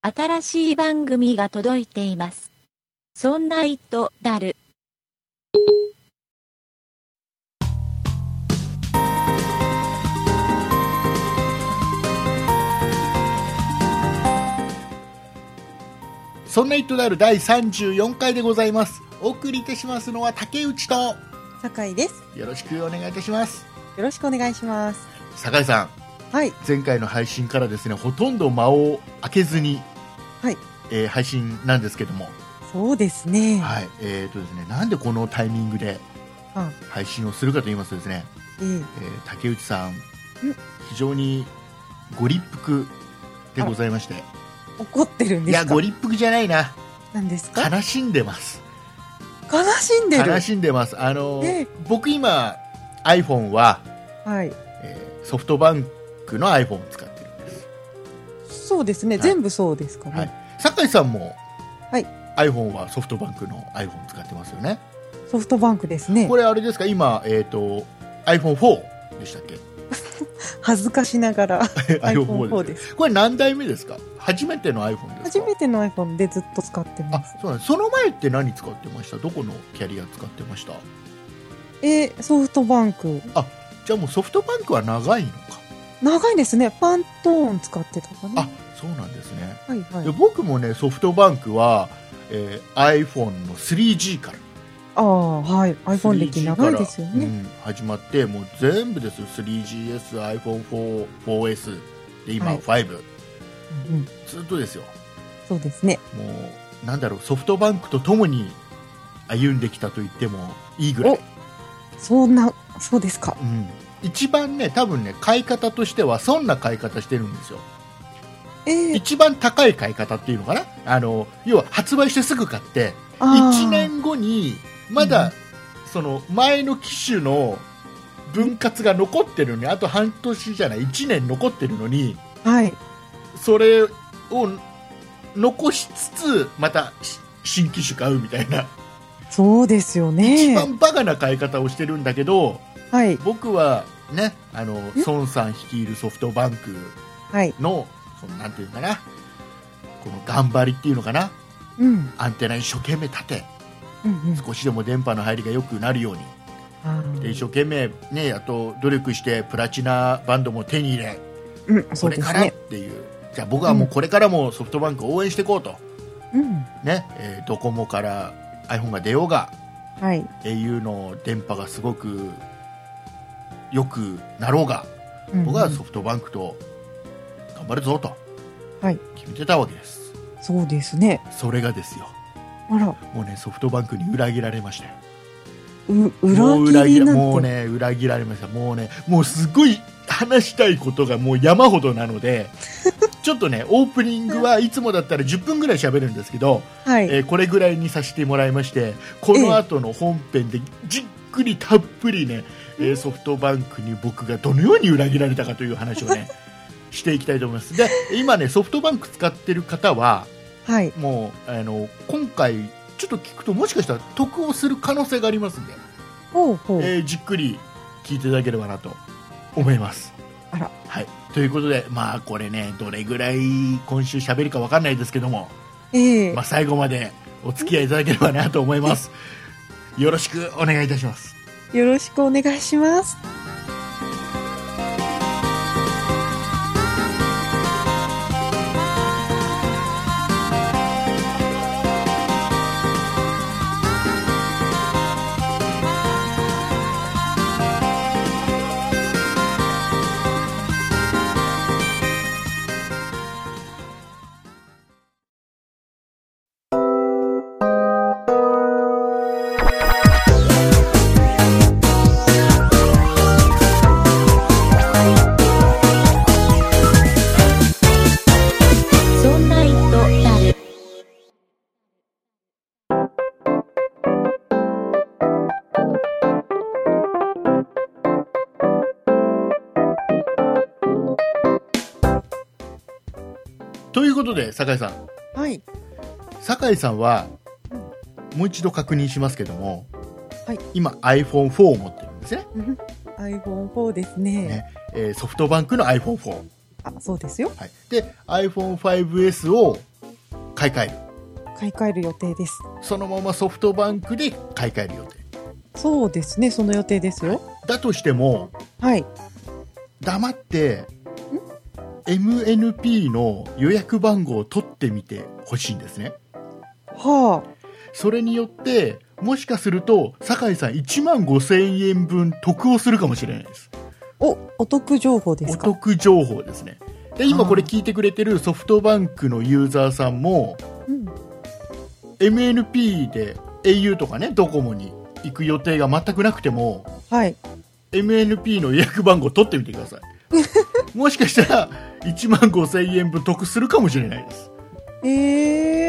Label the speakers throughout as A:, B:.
A: 新しい番組が届いています。そんな糸だる。
B: そんな糸である第34回でございます。お送りいたしますのは竹内と、
C: 酒井です。
B: よろしくお願いいたします。
C: よろしくお願いします。
B: 酒井さん、
C: はい、
B: 前回の配信からですね、ほとんど間を空けずに、
C: はい
B: えー配信なんですけども、
C: そうですね。
B: はい、えーとですね、なんでこのタイミングで
C: あ
B: 配信をするかと言いますとですね、
C: ええ
B: えー竹内さん、非常にご立腹でございまして、
C: 怒ってるん
B: い
C: で
B: や、
C: すか
B: ご立腹じゃないな、
C: なんですか
B: 悲しんでます。
C: 悲しんでる
B: 悲。しんでます。あの
C: ええ、
B: 僕今、iPhone は、
C: はい。
B: えーソフトバンクの iPhone を使ってるんです
C: そうですね。
B: はい
C: 全部そうですかね。
B: はい酒井さんも、
C: はい
B: iPhone はソフトバンクの iPhone を使ってますよね
C: ソフトバンクですね
B: こ。れあれですか今、えー、と iPhone4 でしたっけ
C: 恥ずかしながら iPhone4
B: で
C: です。
B: すこれ何代目ですか初めての iPhone です
C: 初
B: か
C: めての iPhone でずっと使ってま
B: あ
C: す。
B: そうなんですその前って何使ってましたどこのキャリア使ってました
C: えーソフトバンク。
B: じゃあもうソフトバンクは長いのか
C: 長いですね。パントーン使ってたか
B: あ
C: ね。
B: そうなんですね
C: はいはい
B: で。僕もねソフトバンクは、えー iPhone の 3G から
C: ああ、はい。iPhone 歴
B: 3G
C: 長いですよ
B: からう
C: ね。
B: ん始まってもう全部ですよ 3GS、iPhone4、4S で今、
C: はい
B: 5
C: うんうん
B: ずっとですよ
C: そうですね。
B: もうなんだろうソフトバンクとともに歩んできたと言ってもいいぐらい、
C: そんな、そうですか。
B: うん、一番ね多分ね買い方としては損な買い方してるんですよ
C: ええ
B: 一番高い買い方っていうのかなあの要は発売してすぐ買って
C: あー
B: 1年後にま
C: う
B: だ
C: ん
B: その前の機種の分割が残ってるのにあと半年じゃない1年残ってるのに
C: はい。
B: それを残しつつまたし新機種買うみたいな
C: そうですよ
B: 一
C: ね。
B: 番バカな買い方をしてるんだけど
C: はい。
B: 僕はねあの孫さん率いるソフトバンク
C: はい。
B: のそのなんていうのかなこの頑張りっていうのかな
C: うん。
B: アンテナ一生懸命立て
C: うんうん。
B: 少しでも電波の入りが良くなるように
C: あ
B: で一生
C: ー
B: 懸命、ね、あと努力してプラチナバンドも手に入れ
C: うん、
B: こ
C: そう
B: れ
C: です
B: からっ
C: ね。
B: ていう、じゃあ僕はもうこれからもソフトバンクを応援していこうと、
C: うん。
B: ねえードコモから iPhone が出ようが
C: はい。
B: au の電波がすごく良くなろうが
C: うん
B: 僕はソフトバンクと頑張るぞと
C: はい。
B: 決めてたわけです
C: そうですね。
B: それがですよ
C: あら、
B: もうねソフトバンクに裏切られましたよ
C: う、
B: もう
C: 裏切りなんて。
B: もうね裏切られましたもうねもうすごい話したいことがもう山ほどなの でちょっとねオープニングはいつもだったら10分ぐらい喋るんですけど、
C: はい。
B: えーこれぐらいにさせてもらいましてこの後の本編でじっくりたっぷりね、えーソフトバンクに僕がどのように裏切られたかという話を ねしていきたいと思いますで今ねソフトバンク使ってる方は
C: はい。
B: もうあの今回ちょっと聞くともしかしたら得をする可能性がありますんで
C: ほうほう。
B: えーじっくり聞いていただければなと思います。
C: あら
B: はい、ということで、まあ、これねどれぐらい今週喋るかわかんないですけども、
C: ええ
B: まあ、最後までお付き合いいただければなと思います。よろしくお願いいたします。
C: よろしくお願いします。
A: そんな糸だる。
B: ということで酒井さん
C: はい。
B: 酒井さんはもう一度確認しますけども、
C: はい
B: 今 iPhone4 を持ってるんですね
C: iPhone4 ですね
B: ねえーソフトバンクの iPhone4、
C: あ、そうですよ。
B: はい、で iPhone5S を買い替える
C: 買い替える予定です。
B: そのままソフトバンクで買い替える予定
C: そうですね、その予定ですよ。
B: だとしても
C: はい。
B: 黙って MNP の予約番号を取ってみてほしいんですね
C: は
B: それによってもしかすると酒井さん1万5000円分得をするかもしれないです
C: あ。お、お得情報で
B: お
C: すか
B: 得情報ですねで今これ聞いてくれてるソフトバンクのユーザーさんも
C: うん。
B: MNP で au とかねドコモに行く予定が全くなくても
C: はい。
B: MNP の予約番号取ってみてくださ いもしかしたら1万5000円分得するかもしれないです
C: え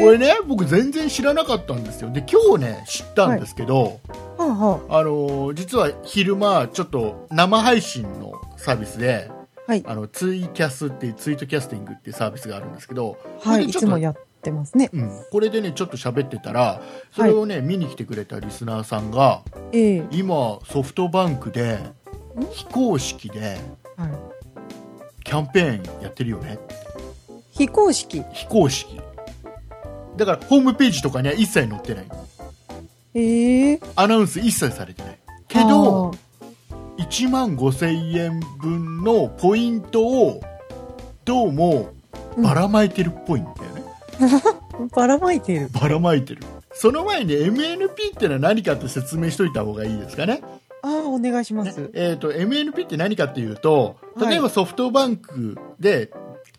C: ー。
B: これね僕全然知らなかったんですよで今日ね知ったんですけど、
C: はあ、は
B: あのー実は昼間ちょっと生配信のサービスで
C: あ、はい。
B: あのツイキャスっていうツイートキャスティングっていうサービスがあるんですけど
C: は
B: これ
C: い。
B: で
C: い
B: ちょっ
C: つ
B: と
C: もやってますね。
B: うん、これでねちょっと喋ってたらそれをね、見に来てくれたリスナーさんが
C: ええ
B: 今ソフトバンクで非公式で
C: は
B: キャンペーンやってるよね
C: い。非公式。
B: 非公式だからホームページとかには一切載ってない
C: ええー。
B: アナウンス一切されてないけど1万5000円分のポイントをどうもばらまいてるっぽいんだよね、
C: あー、ばらまいてる。
B: ばらまいてるその前に MNP ってのは何かって説明しといた方がいいですかね
C: ああ、お願いします。
B: ねえー、と MNP って何かっていうと
C: はい
B: 例えばソフトバンクで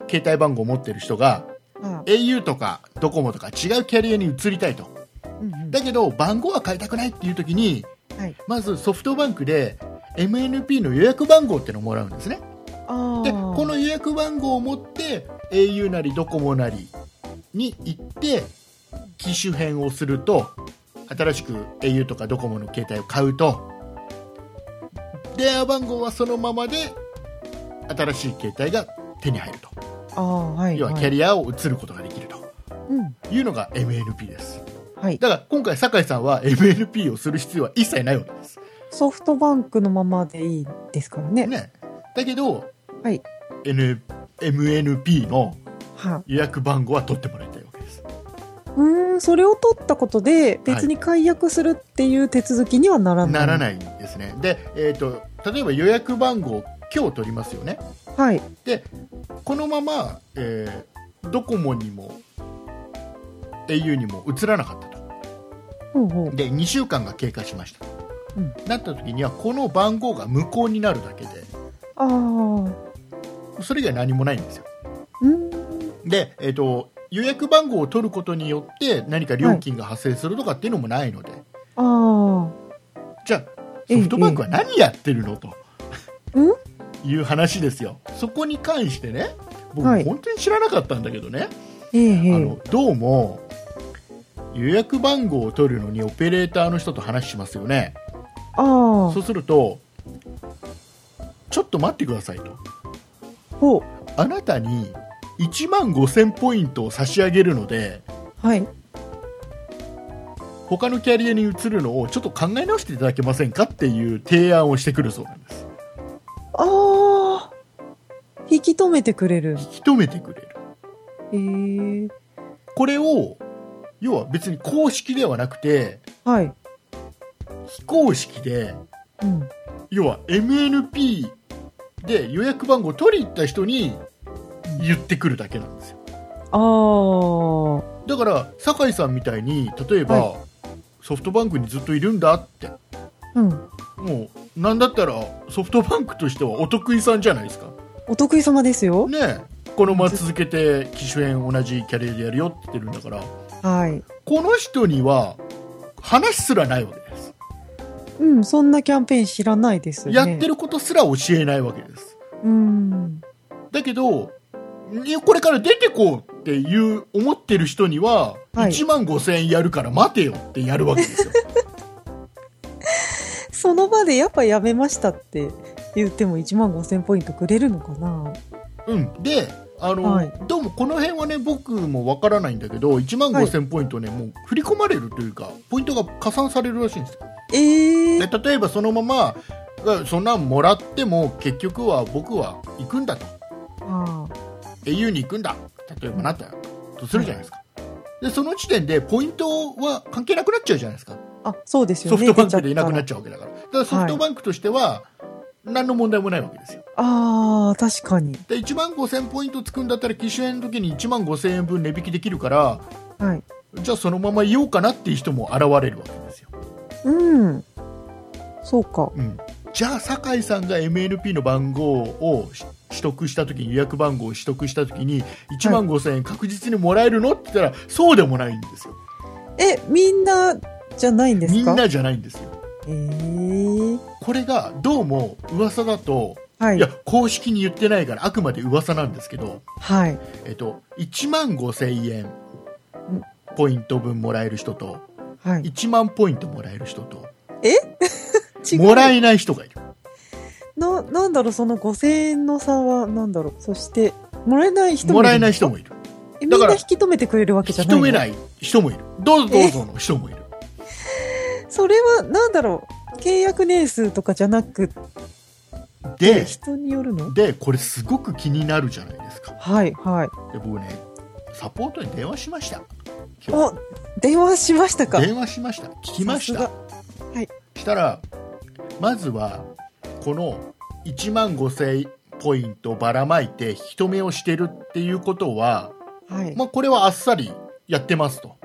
B: 携帯番号を持ってる人が、
C: あ
B: au とかドコモとか違うキャリアに移りたいと
C: あ、うんうん。
B: だけど番号は変えたくないっていう時に、
C: はい
B: まずソフトバンクで MNP の予約番号ってのをもらうんですね
C: ああ。
B: でこの予約番号を持って au なりドコモなりに行って機種変をすると新しく au とかドコモの携帯を買うと電話番号はそのままで新しい携帯が手に入ると
C: ああ、はい。
B: 要はキャリアを移ることができると
C: はい。うん。
B: いうのが MNP です
C: はい。
B: だから今回酒井さんは MNP をする必要は一切ないわけです
C: ソフトバンクのままでいいですからね。
B: ねだけど、
C: はい。
B: N、MNP の
C: はあ
B: 予約番号は取ってもらいたいわけです
C: うーん、それを取ったことで、別に解約するっていう手続きにはならない。
B: なら
C: い。
B: ないんですね。で、えー、と例えば予約番号今日取りますよね。
C: はい。
B: でこのまま、えードコモにも au にも移らなかったと。
C: ほうほう。
B: で2週間が経過しました。
C: うん
B: なった時にはこの番号が無効になるだけで
C: ああ。
B: それ以外何もないんですよ。
C: うーん。
B: で、えー、と予約番号を取ることによって何か料金が発生するとかっていうのもないので、
C: あ
B: じゃあソフトバンクは何やってるのと、
C: うん
B: いう話ですよそこに関してね僕
C: はい
B: 本当に知らなかったんだけどね、
C: あ。えええ
B: あ
C: え
B: のどうも予約番号を取るのにオペレーターの人と話しますよね
C: あ
B: そうするとちょっと待ってくださいと
C: あ。ほう。
B: あなたに1万5000ポイントを差し上げるので
C: はい。
B: 他のキャリアに移るのをちょっと考え直していただけませんかっていう提案をしてくるそうなんです
C: ああ。引き止めてくれ
B: 引
C: る。
B: き止めてくれる
C: ええ
B: これを要は別に公式ではなくて
C: はい。
B: 非公式で
C: うん。
B: 要は MNP で予約番号を取りに行った人に言ってくるだけなんですよ
C: ああ。は
B: だから酒井さんみたいに例えば、
C: は
B: ソフトバンクにずっといるんだって
C: うん。
B: もうなんだったらソフトバンクとしてはお得意さんじゃないですか
C: お得意様ですよ。
B: ねえこのまま続けて機種変同じキャリアでやるよって言ってるんだから
C: はい。
B: この人には話すらないわけです
C: うん、そんなキャンペーン知らないですね。
B: やってることすら教えないわけです
C: うん。
B: だけどいこれから出てこうっていう思ってる人には
C: はい
B: 1万5000円やるから待てよってやるわけ ですよ、
C: その場でやっぱやめましたって言っても1万5000ポイントくれるのかな
B: うん、であの、
C: はい
B: どうもこの辺はね僕もわからないんだけど1万5000ポイントね、もう振り込まれるというかポイントが加算されるらしいんですよ
C: ええ
B: で例えばそのままうんそんなんもらっても結局は僕は行くんだと
C: あ
B: au に行くんだ例えばなったとするじゃないですか、でその時点でポイントは関係なくなっちゃうじゃないですか
C: あ、そうです
B: ソ
C: よね。
B: フトバンクでいなくなっ
C: 出ち
B: ちゃうわけだからだからソフトバンクとしては何の問題もないわけですよ
C: ゃったら。ああ、確かに。
B: で1万5000ポイントつくんだったら機種変の時に1万5000円分値引きできるから
C: はい。
B: じゃあそのままいようかなっていう人も現れるわけですよ、
C: うん。そうか。
B: うん、じゃあ酒井さんが MNP の番号をし取得した時に予約番号を取得した時に1万5000円確実にもらえるのって言ったらそうでもないんですよ
C: え、みんなじゃないんです
B: みん
C: か
B: なじゃないんですよ
C: えー、
B: これがどうも噂だと
C: はい
B: いや公式に言ってないからあくまで噂なんですけど、
C: はい
B: えっと、1万5000円ポイント分もらえる人と
C: はい
B: 1万ポイントもらえる人と
C: 違う
B: もらえない人がいる
C: ななんだろうその5000円の差はなんだろうそしてもらえない人
B: もらえない人
C: も
B: もいる
C: え
B: だ
C: みん
B: から
C: な引き止めてくれるわけじゃ
B: 引き
C: ない
B: 止め
C: い
B: ない人もいるどうぞどうぞの人もいる
C: それはなんだろう契約年数とかじゃなくて
B: で
C: 人によるの
B: でこれすごく気になるじゃないですか
C: はいはい
B: で僕ねサポートに電話しました今
C: お電話しましたか
B: 日電話しました聞きました
C: さす
B: したらまずはこの1万5000ポイントばらまいて引き止めをしてるっていうことは、
C: がはい、
B: まあ、これはあっさりやってますと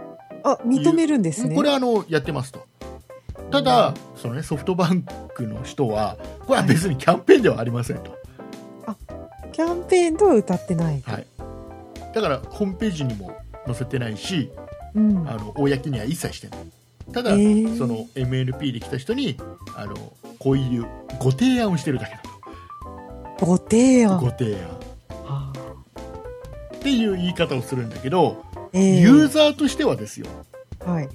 C: あ認めるんですね
B: これはあのやってますとただ、そのね、ソフトバンクの人はこれは別にキャンペーンではありませんと、
C: キャンペーンとは歌ってない、
B: はい、だからホームページにも載せてないし
C: うん
B: あの公には一切してないただ、
C: えー
B: その MNP で来た人にあのこういうご提案をしてるだけだ
C: ご提
B: と
C: 案
B: ご提案っていう言い方をするんだけど、
C: え
B: ユー
C: ー、
B: ザーとしてはですよ
C: はい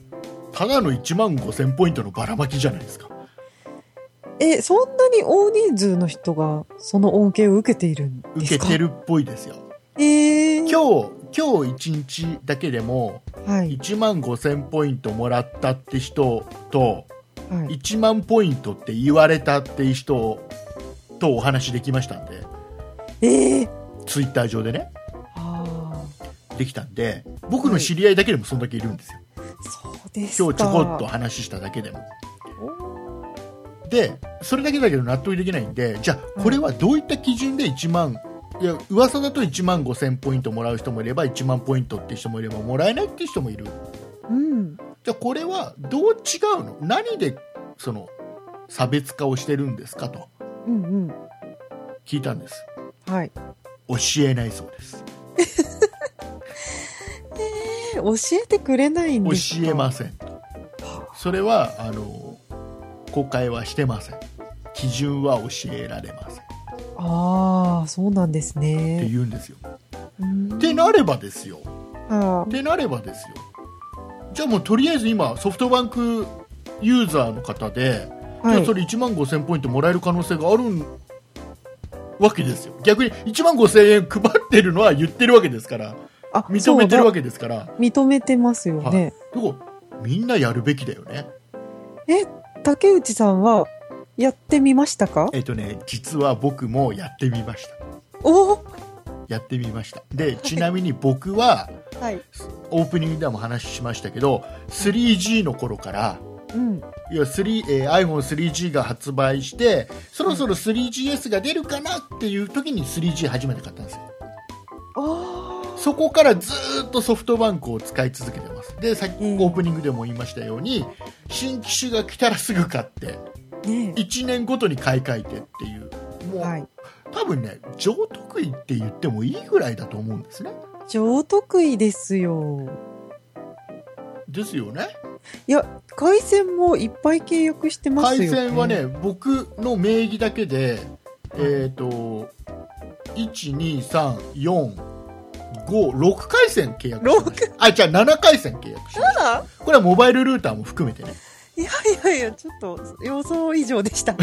B: ただの1万5000ポイントのばらまきじゃないですか
C: えそんなに大人数の人がその恩恵を受けているんで
B: 受
C: す
B: け
C: か
B: てるっぽいですよ
C: えー、
B: 今日今日1日だけでも
C: はい、
B: 1万5000ポイントもらったって人と
C: はい、
B: 1万ポイントって言われたって人とお話できましたんで
C: えー、
B: ツイッター上でね
C: あ
B: できたんで僕の知り合いだけでもそんだけいるんですよ、
C: ーそうですか
B: 今日ちょこっと話しただけでもでそれだけだけど納得できないんでじゃあこれはどういった基準で1万いや噂だと1万5000ポイントもらう人もいれば1万ポイントって人もいればもらえないって人もいる
C: うん
B: じゃあこれはどう違うの何でその差別化をしてるんですかと
C: うんうん
B: 聞いたんです
C: はい
B: 教えないそうです
C: えー教えてくれないん
B: 教
C: ですか
B: えませんとそれはあの公開はしてません基準は教えられませんっ
C: ああそうなんです
B: て
C: ね
B: 言うんですよ
C: うん
B: ってなればですよ
C: あ
B: っ
C: ー
B: てなればですよじゃあもうとりあえず今ソフトバンクユーザーの方で、
C: は
B: じゃあそ
C: い
B: れ1万5000ポイントもらえる可能性があるわけですよ逆に1万5000円配ってるのは言ってるわけですから
C: あ
B: 認めてるわ
C: け
B: けですから
C: 認めてますよね、
B: どこみんなやるべきだよね
C: 竹内さんはやってみましたか
B: えっとね実は僕もやってみました
C: おお
B: やってみました でちなみに僕は
C: はい
B: オープニングでも話しましたけど 3G の頃から
C: うん
B: いや3えー iPhone3G が発売してそろそろ 3GS が出るかなっていう時に 3G 初めて買ったんですよ
C: あ
B: そこからずーっとソフトバンクを使い続けてますでさっき
C: うん
B: オープニングでも言いましたように新機種が来たらすぐ買って
C: あね
B: 1年ごとに買い替えてっていうも
C: え
B: う、
C: はい
B: 多分ね上得意って言ってもいいぐらいだと思うんですね
C: 上得意ですよ
B: ですよね
C: いや回線もいっぱい契約してますよ、
B: 回
C: ね、
B: 線はね僕の名義だけで、えっ、と12345 6回線契約してますあじゃあ7回線契約して ます
C: あら
B: これはモバイルルーターも含めてね
C: いやいやいやちょっと予想以上でした
B: で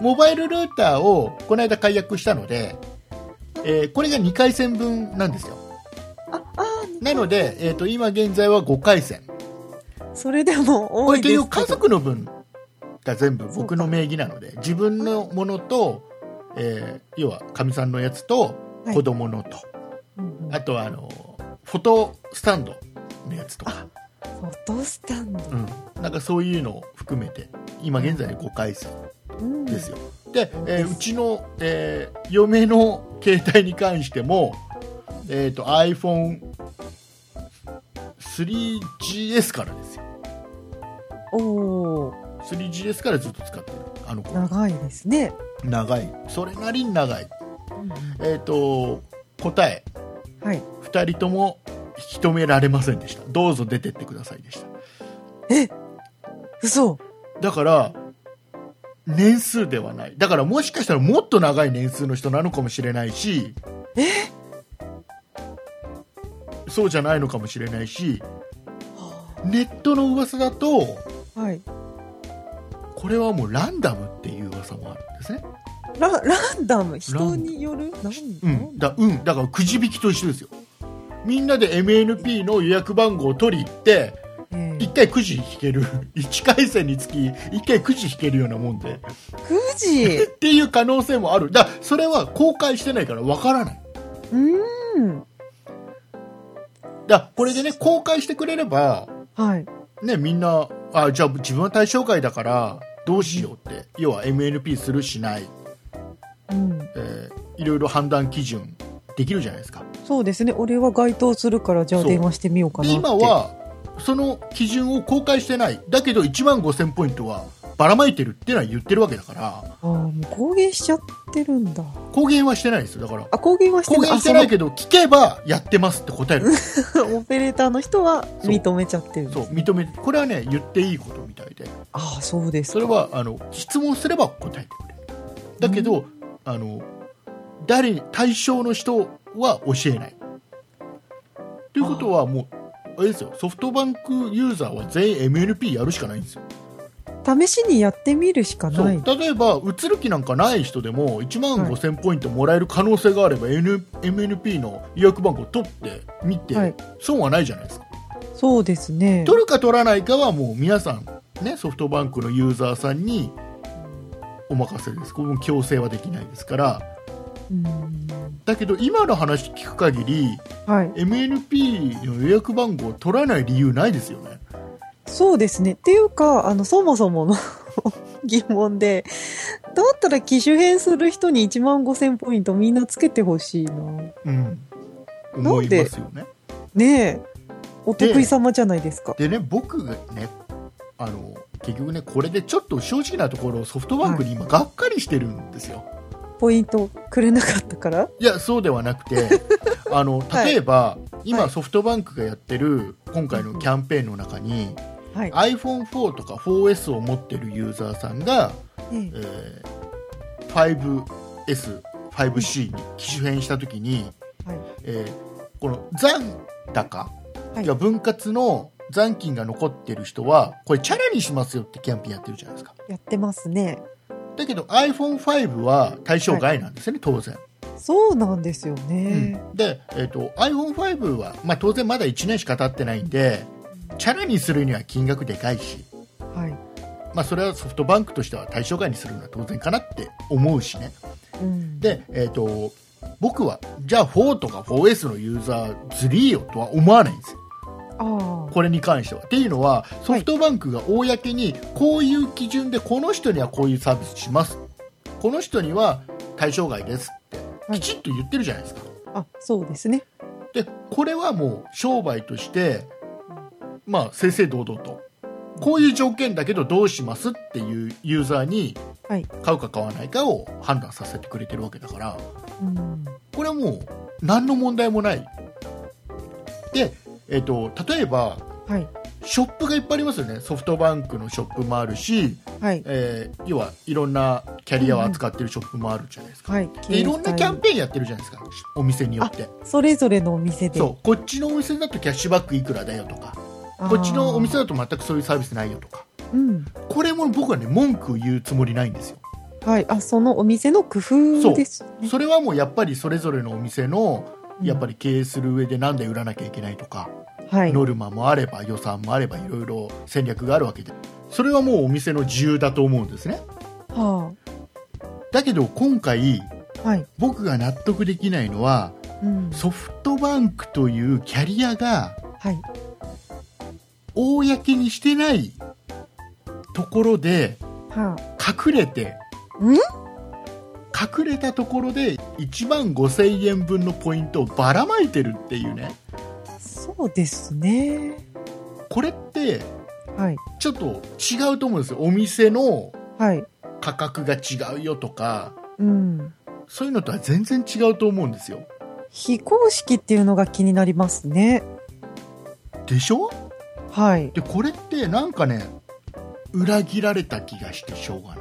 B: モバイルルーターをこの間解約したので、えーこれが2回線分なんですよ
C: ああ
B: なので、えー、と今現在は5回線
C: それでも
B: こ
C: 多
B: れ
C: い
B: 結
C: です
B: 局家族の分が全部僕の名義なので自分のものと、えー要はかみさんのやつと
C: はい
B: 子供のと、
C: うんうん
B: あとはあのフォトスタンドのやつとか、
C: 落としたんだ。
B: うん、なんかそういうのを含めて今現在5回戦
C: うん。
B: ですよ、で、えーうちの、えー嫁の携帯に関しても、えー、と iPhone3GS からですよ
C: おー
B: 3GS からずっと使ってるあの子
C: 長いですね。
B: 長いそれなりに長い
C: うん
B: えっ、と答え
C: はい。
B: 2人とも引き止められませんでしたどうぞ出てってくださいでした
C: 嘘。
B: だから年数ではないだからもしかしたらもっと長い年数の人なのかもしれないしそうじゃないのかもしれないしネットの噂だと
C: はい。
B: これはもうランダムっていう噂もあるんですね
C: ラランダム人によるなん
B: うんだ,、うん、だからくじ引きと一緒ですよみんなで MNP の予約番号を取り行って
C: ええ
B: 1回くじ引ける1 回戦につき1回くじ引けるようなもんで
C: 9 時
B: っていう可能性もあるだそれは公開してないからわからない
C: うん
B: だこれでね公開してくれれば
C: はい
B: ねみんなあじゃあ自分は対象外だからどうしようって、要は MNP するしない、
C: うん
B: えーいろいろ判断基準できるじゃないですか
C: そうですね俺は該当するからじゃあ
B: そう
C: 電話してみようかな
B: で
C: って
B: 今はその基準を公開してないだけど1万5000ポイントはばらまいてるっていうのは言ってるわけだから
C: ああもう公言しちゃってるんだ
B: 公言はしてないですよだから
C: あ公言はして
B: 公
C: ない
B: 言してない
C: ど
B: けど聞けばやってますって答える
C: オペレーターの 人は認めちゃってる
B: そう認めこれはね言っていいことみたいで
C: ああそうです
B: それはあの質問すれば答えてくれるだけど、あの誰に対象の人は教えないということはもうあれですよソフトバンクユーザーは全員 MNP やるしかないんですよ
C: 試しにやってみるしか
B: そう
C: ない
B: 例えば移る気なんかない人でも1万5000ポイントもらえる可能性があれば、N MNP の予約番号を取ってみて、
C: はい
B: 損はないじゃないですか
C: そうですね
B: 取るか取らないかはもう皆さん、ね、ソフトバンクのユーザーさんにお任せですこれも強制はできないですから
C: うん
B: だけど今の話聞く限り
C: はい
B: MNP の予約番号を取らない理由ないですよね
C: そうですね。っていうか、あの、そもそもの 疑問で、だったら機種変する人に1万5000ポイントみんなつけてほしいな。
B: うん
C: な
B: 思
C: ん
B: い
C: で
B: ますよね
C: ねえ。お得意様じゃないですか。
B: でね僕がねあの結局ねこれでちょっと正直なところソフトバンクに今がっかりしてるんですよ、
C: ポイントくれなかったから
B: いやそうではなく てあの例えば、今、
C: はい
B: ソフトバンクがやってる今回のキャンペーンの中に、
C: はい。
B: iPhone4 とか 4S を持ってるユーザーさんが、
C: ええ
B: えー 5S、5C に機種変したときに、
C: はい。
B: えーこの残高
C: はい
B: や分割の残金が残ってる人はこれチャラにしますよってキャンペーンやってるじゃないですか
C: やってますね。
B: だけど iPhone5 は対象外なんですよね、当然、
C: そうなんですよね。
B: うんで、えー、と iPhone5 は、まあ、当然まだ1年しか経ってないんでチャラにするには金額でかいし、
C: はい。
B: まあ、それはソフトバンクとしては対象外にするのは当然かなって思うしね
C: うん、
B: で、えー、と僕はじゃあ4とか 4S のユーザーずりーよとは思わないんですよ
C: あ
B: これに関してはっていうのはソフトバンクが公にこういう基準でこの人にはこういうサービスしますこの人には対象外ですって
C: はい
B: きちっと言ってるじゃないですか、
C: あ。あ、そうですね。
B: でこれはもう商売としてまあ正々堂々とこういう条件だけどどうしますっていうユーザーに
C: はい
B: 買うか買わないかを判断させてくれてるわけだから
C: うん。
B: これはもう何の問題もないで、えっと例えば
C: はい。
B: ショップがいっぱいありますよねソフトバンクのショップもあるし、
C: はい。
B: えー要はいろんなキャリアを扱ってるショップもあるじゃないですか、
C: はい。
B: でいろんなキャン
C: プ。
B: ペーンやってるじゃないですかお店によって
C: それぞれのお店で。
B: そうこっちのお店だとキャッシュバックいくらだよとか
C: あー
B: こっちのお店だと全くそういうサービスないよとか
C: うん。
B: これも僕はね文句を言うつもりないんですよ
C: はい。あ、そのお店の工夫ですね。
B: それはもうやっぱりそれぞれのお店の
C: うん
B: やっぱり経営する上でなんで売らなきゃいけないとか、
C: はい。
B: ノルマもあれば予算もあればいろいろ戦略があるわけでそれはもうお店の自由だと思うんですね
C: は
B: だけど今回
C: あ、はい。
B: 僕が納得できないのは
C: うん。
B: ソフトバンクというキャリアが
C: はい。
B: 公にしてないところで
C: は
B: 隠れて
C: ん
B: 隠れたところで1万5000円分のポイントをばらまいてるっていうね
C: あ、そうですね。
B: これって
C: はい。
B: ちょっと違うと思うんですよお店の
C: はい。
B: 価格が違うよとか
C: うん。
B: そういうのとは全然違うと思うんですよ
C: 非公式っていうのが気になりますね。
B: でしょ
C: はい。
B: でこれってなんかね裏切られた気がしてしょうがない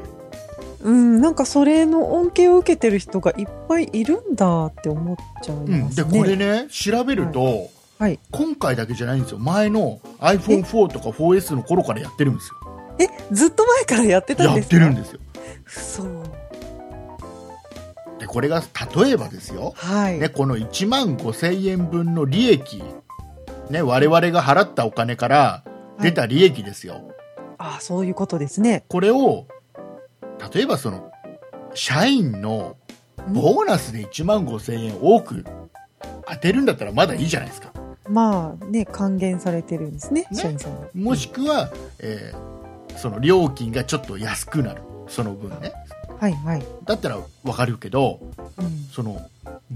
C: うん、なんかそれの恩恵を受けてる人がいっぱいいるんだって思っちゃい
B: うん、
C: ます
B: で
C: ね。
B: これね調べると、
C: はい。
B: 今回だけじゃないんですよ前の iPhone4 とか 4S の頃からやってるんです
C: え、ずっと前からやって
B: よ
C: たん
B: や
C: で
B: っ
C: すか
B: てるんですよ
C: そう。
B: でこれが例えばですよ、
C: はい。
B: ね、この1万5000円分の利益、ね、我々が払ったお金から出た利益ですよ、
C: ああ、そういうことですね。
B: これを例えばその社員のボーナスで1万5000円多く当てるんだったらまだいいじゃないですか
C: まあね、還元されてるんですね、
B: ね
C: 社員さんに
B: もしくは、えーその料金がちょっと安くなるその分ね
C: はいはい。
B: だったらわかるけど
C: うん、
B: その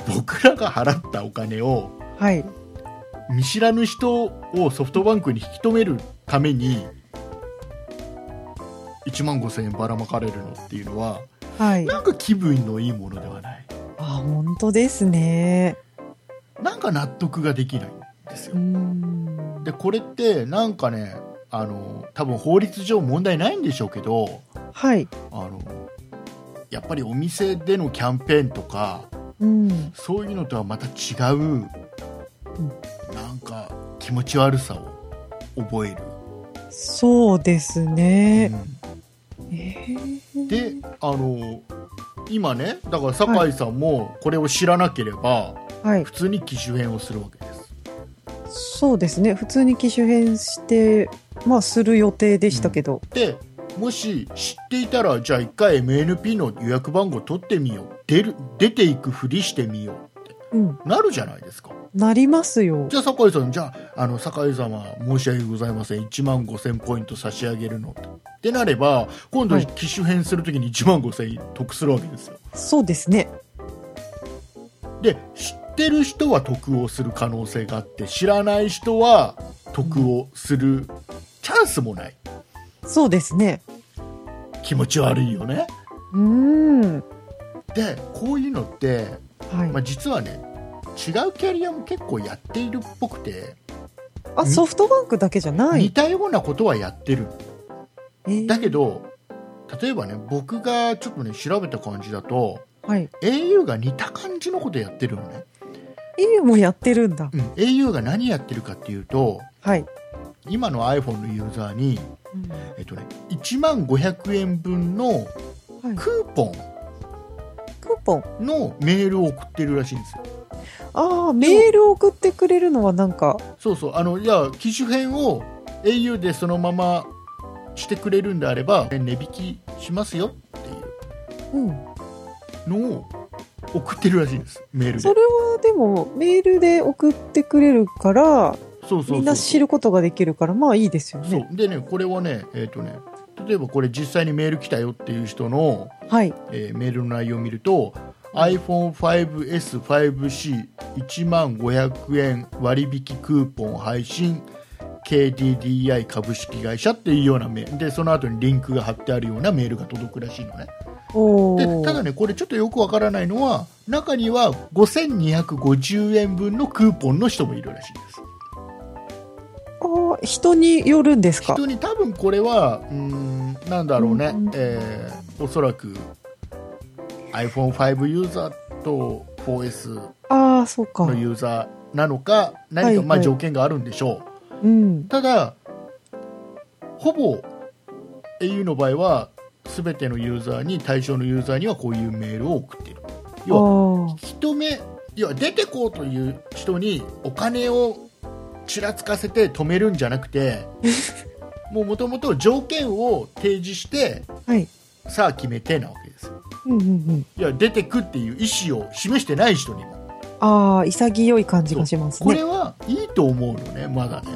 B: 僕らが払ったお金を
C: はい。
B: 見知らぬ人をソフトバンクに引き止めるために1万5000円ばらまかれるのっていうのは
C: はい。あ
B: なんか気分のいいものではない
C: あ、本当ですね。
B: なんか納得ができないんです
C: うー
B: よ
C: ん。
B: でこれってなんかねあの多分法律上問題ないんでしょうけど
C: はい。
B: あのやっぱりお店でのキャンペーンとか
C: うん。
B: そういうのとはまた違う、なんか気持ち悪さを覚える、
C: そうですね。え
B: うん
C: ー
B: であの今ねだから酒井さんもこれを知らなければ
C: はい
B: 普。通に機種変をするわけです、
C: そうですね。普通に機種変して、まあ、する予定でしたけど。
B: でもし知っていたらじゃあ一回 MNP の予約番号取ってみよう出る出ていくふりしてみようって
C: うん。
B: なるじゃないですか
C: なりますよ
B: じ。ゃあ酒井さんじゃああの酒井様申し訳ございません1万5000ポイント差し上げるのってなれば今度
C: はい
B: 機種変するときに1万5000円得するわけですよ
C: そうですね。
B: で知ってる人は得をする可能性があって知らない人は得をするチャンスもない
C: そうですね。
B: 気持ち悪いよね
C: うーん。
B: でこういうのって、
C: はい
B: まあ、。実はね違うキャリアも結構やっているっぽくて、
C: あ、ソフトバンクだけじゃな
B: 似
C: い。
B: たようなことはやってる
C: えー
B: だけど例えばね僕がちょっとね調べた感じだと
C: はい。
B: au が似た感じのことやってるのね、
C: EU もやってるんだ。
B: うん、au が何やってるかっていうと
C: はい。
B: 今の iPhone のユーザーに、
C: うん
B: えっとね、1万500円分の
C: はい、
B: クーポ
C: クーポン。
B: ンのメールを送ってるらしいんですよ
C: ああ、メール送ってくれるのはなんか、
B: そうそうあのいや機種変を au でそのまましてくれるんであれば値引きしますよってい
C: うん。
B: うのを送ってるらしいんですメールで
C: それはでも、メールで送ってくれるから、
B: そうそうそう
C: みんな知ることができるから、まあいいですよ
B: そう
C: ね。
B: でねこれはねえっ、とね例えばこれ実際にメール来たよっていう人の、
C: はい。
B: えーメールの内容を見ると iPhone5S5C1 万500円割引クーポン配信 KDDI 株式会社っていうようなメールでその後にリンクが貼ってあるようなメールが届くらしいのね
C: お
B: でただ
C: ー。
B: ねこれちょっとよくわからないのは中には5250円分のクーポンの人もいるらしいです
C: あー人によるんですか
B: 人に多分これはうーんなんだろうね、
C: うん
B: えーおそらく iPhone5 ユーザーと 4S
C: ああ、そうか
B: の。ユーザーなのか何か、
C: はいはい
B: まあ、条件があるんでしょう
C: うん。
B: ただほぼ au の場合は全てのユーザーに対象のユーザーにはこういうメールを送っている
C: あ
B: 要は
C: ー
B: 人目要は出てこうという人にお金をちらつかせて止めるんじゃなくてもうもともと条件を提示して
C: はい。
B: さあ決めてなわけですよ
C: うんうんうん。
B: いや出てくっていう意思を示してない人にも
C: ああ、潔い感じがします
B: こ
C: ね
B: れ。はいいと思うのねまだね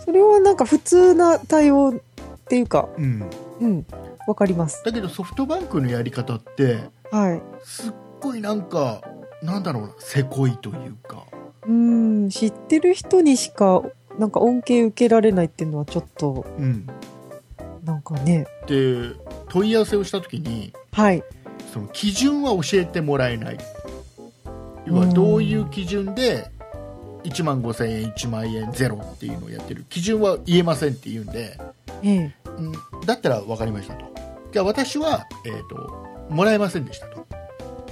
C: そそれはなんか普通な対応っていうか、
B: うん、
C: うん、わかります。
B: だけどソフトバンクのやり方って
C: はい。
B: すっごいなんかなんだろうなせこいというか
C: うん、知ってる人にしか、なんか恩恵受けられないっていうのはちょっと、
B: うん
C: なんかね、
B: で問い合わせをした時に
C: はい。
B: その基準は教えてもらえない要は
C: うん
B: どういう基準で1万5000円1万円ゼロっていうのをやってる基準は言えませんって言うんで、
C: ええ。
B: うん、だったら分かりましたとじゃあ私は、えー、ともらえませんでしたと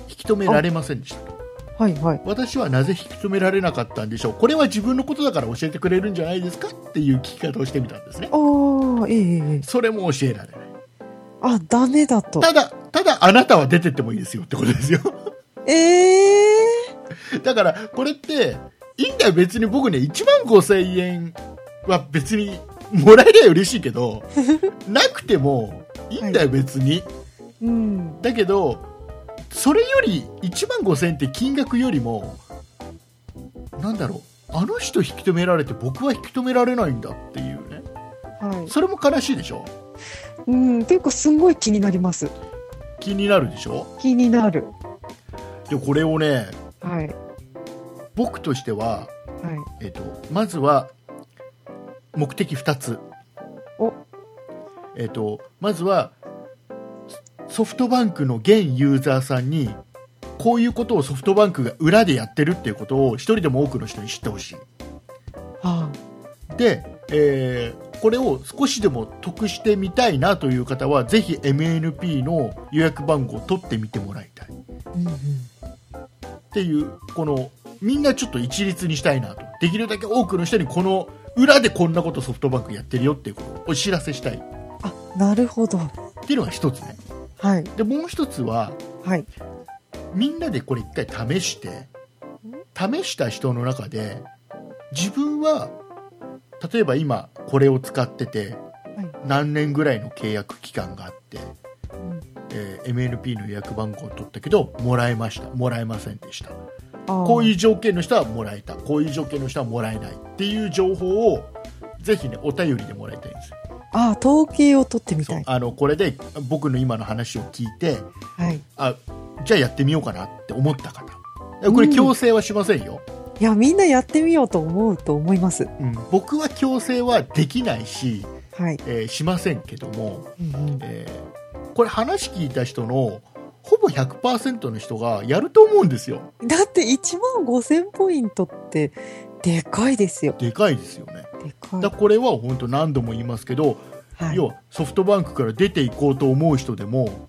B: 引き止められませんでしたと
C: はいはい。
B: 私はなぜ引き止められなかったんでしょうこれは自分のことだから教えてくれるんじゃないですかっていう聞き方をしてみたんですね
C: ああ、ええええええ。
B: それも教えられない
C: あ、ダメだと。
B: ただただあなたは出てってもいいですよってことですよ
C: ええ
B: だからこれっていいんだよ別に僕ね1万5000円は別にもらえりゃ嬉しいけどなくてもいいんだよ別に、
C: うん。
B: だけどそれより1万5000円って金額よりもなんだろうあの人引き止められて僕は引き止められないんだっていうね
C: は
B: それも悲しいでしょ
C: い。うん、というかすごい気になります。
B: 気になるでしょ
C: 気になる。
B: でこれをね
C: はい。
B: 僕としては、
C: はい。
B: えっとまずは目的2つ
C: お
B: えっとまずはソフトバンクの現ユーザーさんにこういうことをソフトバンクが裏でやってるっていうことを一人でも多くの人に知ってほしい
C: は
B: で、えーこれを少しでも得してみたいなという方はぜひ MNP の予約番号を取ってみてもらいたいっ
C: あ。うんうん。
B: ていうこのみんなちょっと一律にしたいなとできるだけ多くの人にこの裏でこんなことソフトバンクやってるよっていうことをお知らせしたいっ
C: あ、なるほど。
B: ていうのが一つね
C: はい。
B: でもう一つは
C: はい。
B: みんなでこれ一回試して試した人の中で自分は例えば今これを使ってて、何年ぐらいの契約期間があって、
C: ん
B: えー MNP の予約番号を取ったけどもらえましたもらえませんでした
C: ああ
B: こういう条件の人はもらえたこういう条件の人はもらえないっていう情報をぜひねお便りでもらいたいんですよ
C: ああ、統計を取ってみ
B: そ
C: た
B: う
C: い。
B: あのこれで僕の今の話を聞いて
C: はい。
B: あじゃあやってみようかなって思った方これ強制はしませんよ、
C: いや、みんなやってみようと思うと思います。
B: うん僕は強制はできないし、
C: はい。
B: えーしませんけども、
C: うんうん、
B: えーこれ話聞いた人のほぼ100%の人がやると思うんですよ
C: だって1万5000ポイントって、でかいですよ。
B: でかいですよね
C: でかい。
B: だこれは本当何度も言いますけど、
C: はい
B: 要。はソフトバンクから出ていこうと思う人でも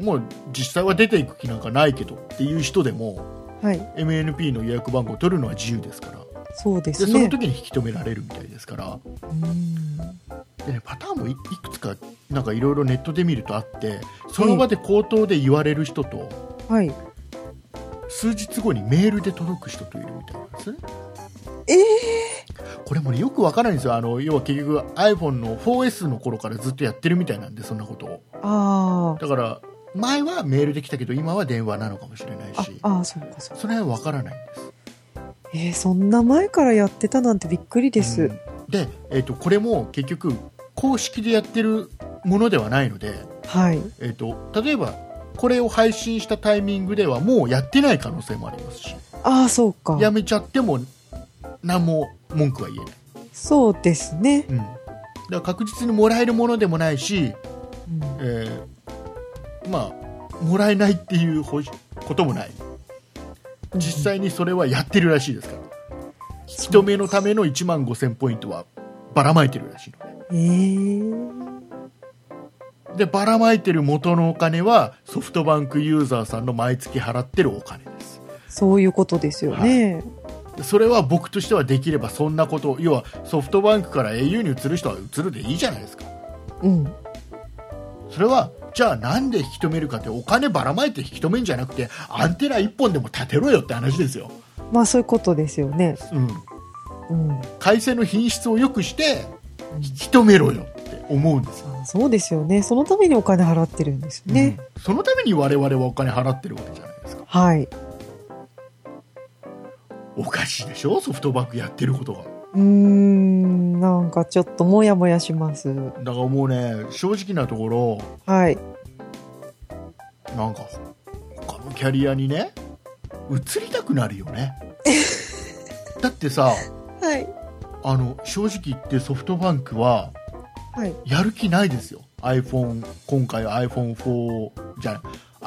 B: もう実際は出ていく気なんかないけどっていう人でも
C: はい。
B: MNP の予約番号を取るのは自由ですから
C: そうで
B: ですその
C: ね。
B: 時に引き止められるみたいですから
C: うん
B: で、ね、パターンもいいくつかなんかいろいろネットで見るとあってその場で口頭で言われる人と
C: はい。
B: 数日後にメールで届く人といるみたいなんですね
C: え
B: これもねよくわからないんですよあの要は結局 iPhone の 4S の頃からずっとやってるみたいなんでそんなことを
C: ー、あ
B: だから前はメールできたけど今は電話なのかもしれない
C: あ。あ
B: し、
C: あー、そうかそうか。
B: その辺はわからないんです
C: えー、そんな前からやってたなんてびっくりで
B: う
C: す。
B: んで、えー、とこれも結局公式でやってるものではないので、
C: はい。
B: えー、と例えばこれを配信したタイミングではもうやってない可能性もありますし
C: ああ、そうか。
B: やめちゃっても何も文句は言えない、
C: そうですね。
B: うん、だから確実にもらえるものでもないし、
C: うん
B: えーまあもらえないっていうほしこともない実際にそれはやってるらしいですから引き止めのための1万5000ポイントはばらまいてるらしいの
C: えー、
B: ででばらまいてる元のお金はソフトバンクユーザーさんの毎月払ってるお金です
C: そういうことですよね。
B: でそれは僕としてはできればそんなこと要はソフトバンクから au に移る人は移るでいいじゃないですか
C: うん。
B: それはじゃあなんで引き止めるかってお金ばらまいて引き止めんじゃなくてアンテナ1本でも立てろよって話ですよ、
C: まあそういうことですよね。
B: うん、
C: うん。
B: 回線の品質を良くして引き止めろよって思うんですよ
C: あそうですよね。そのためにお金払ってるんですよね。
B: うんそのために我々はお金払ってるわけじゃないですか
C: はい。
B: おかしいでしょソフトバンクやってることが
C: うーん。なんかちょっともやもやします。
B: だからもうね正直なところ
C: はい。
B: なんか他のキャリアにね移りたくなるよね だってさ
C: はい。
B: あの正直言ってソフトバンクは
C: はい。
B: やる気ないですよ iPhone 今回 iPhone4 じゃな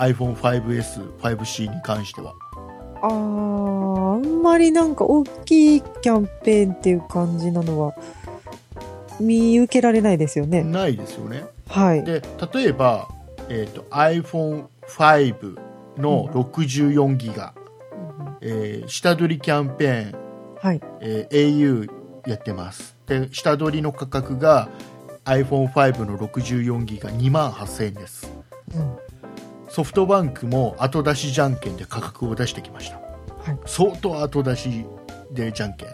B: い iPhone5S5C に関しては
C: あー、あんまりなんか大きいキャンペーンっていう感じなのは、見受けられないですよね。
B: ないですよね
C: はい。
B: で例えば、えー、と iPhone5 の64ギガ、えー下取りキャンペーン、
C: はい。
B: えー au やってますで下取りの価格が iPhone5 の64ギガ2万8000円です
C: うん。
B: ソフトバンクも後出しじゃんけんで価格を出してきました、
C: い
B: 相当後出しでじゃんけん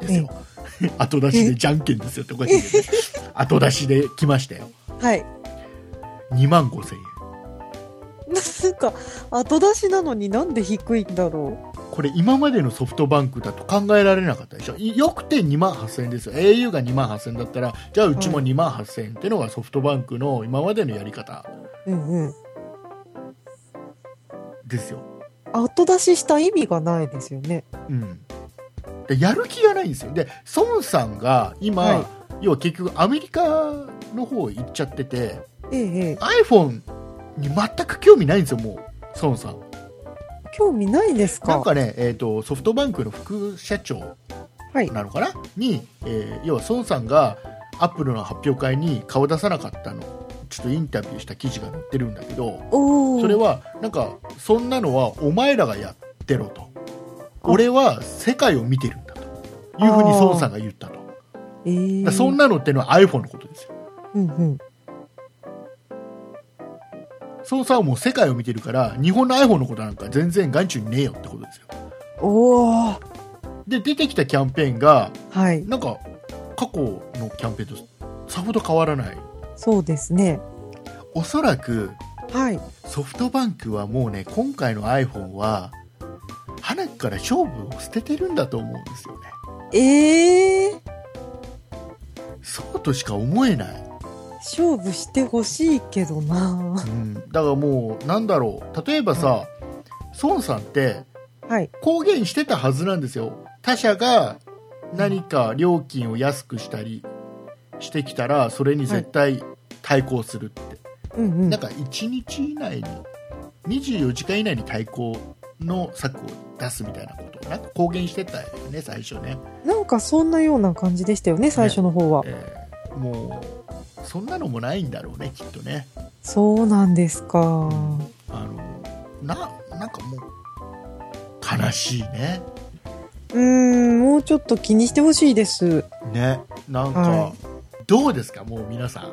B: ですよ 後出しでじゃんけんですよっておかしいけどね後出しで来ましたよ
C: はい。
B: 2万5000円
C: なんか、後出しなのになんで低いんだろ
B: これ今までのソフトバンクだと考えられなかったでしょいよくて2万8000円ですよ au が2万8000円だったらじゃあうちも2万8000円ってのがソフトバンクの今までのやり方
C: う。うんうん。
B: ですよ、
C: 後出しした意味がないですよね。
B: うん、でやる気がないんですよで孫さんが今、
C: はい
B: 要は結局アメリカの方行っちゃってて
C: ええええ。
B: iPhone に全く興味ないんですよもう孫さん
C: 興味ないですか
B: なんかね、えー、とソフトバンクの副社長
C: はい。
B: なのかなに、えー要は孫さんがアップルの発表会に顔出さなかったのちょっとインタビューした記事が載ってるんだけど
C: おお。
B: それはなんかそんなのはお前らがやってろと俺は世界を見てるんだというふうに孫さんが言ったとだか
C: えー
B: らそんなのってのは iPhone のことですよ
C: うんうん。
B: 孫さんはもう世界を見てるから日本の iPhone のことなんか全然眼中にねえよってことですよ
C: おお。
B: で出てきたキャンペーンが
C: はい。
B: なんか過去のキャンペーンとさほど変わらない
C: そうですね。
B: おそらく
C: はい。
B: ソフトバンクはもうね今回の iPhone は花から勝負を捨ててるんだと思うんですよね
C: ええ
B: そうとしか思えない、
C: 勝負してほしいけどな。
B: うん、だからもうなんだろう例えばさ、孫さんって
C: はい。
B: 公言してたはずなんですよ他社が何か料金を安くしたりしてきたらそれに絶対対抗するって、
C: うんうん。
B: なんか1日以内に24時間以内に対抗の策を出すみたいなことをなんか公言してたよね最初ね、
C: なんかそんなような感じでしたよね、最初の方は。
B: えーもうそんなのもないんだろうねきっとね
C: そうなんですか。
B: あのななんかもう悲しいね
C: うーん、もうちょっと気にしてほしいです。
B: ねなんか、
C: は
B: どうですかもう皆さん、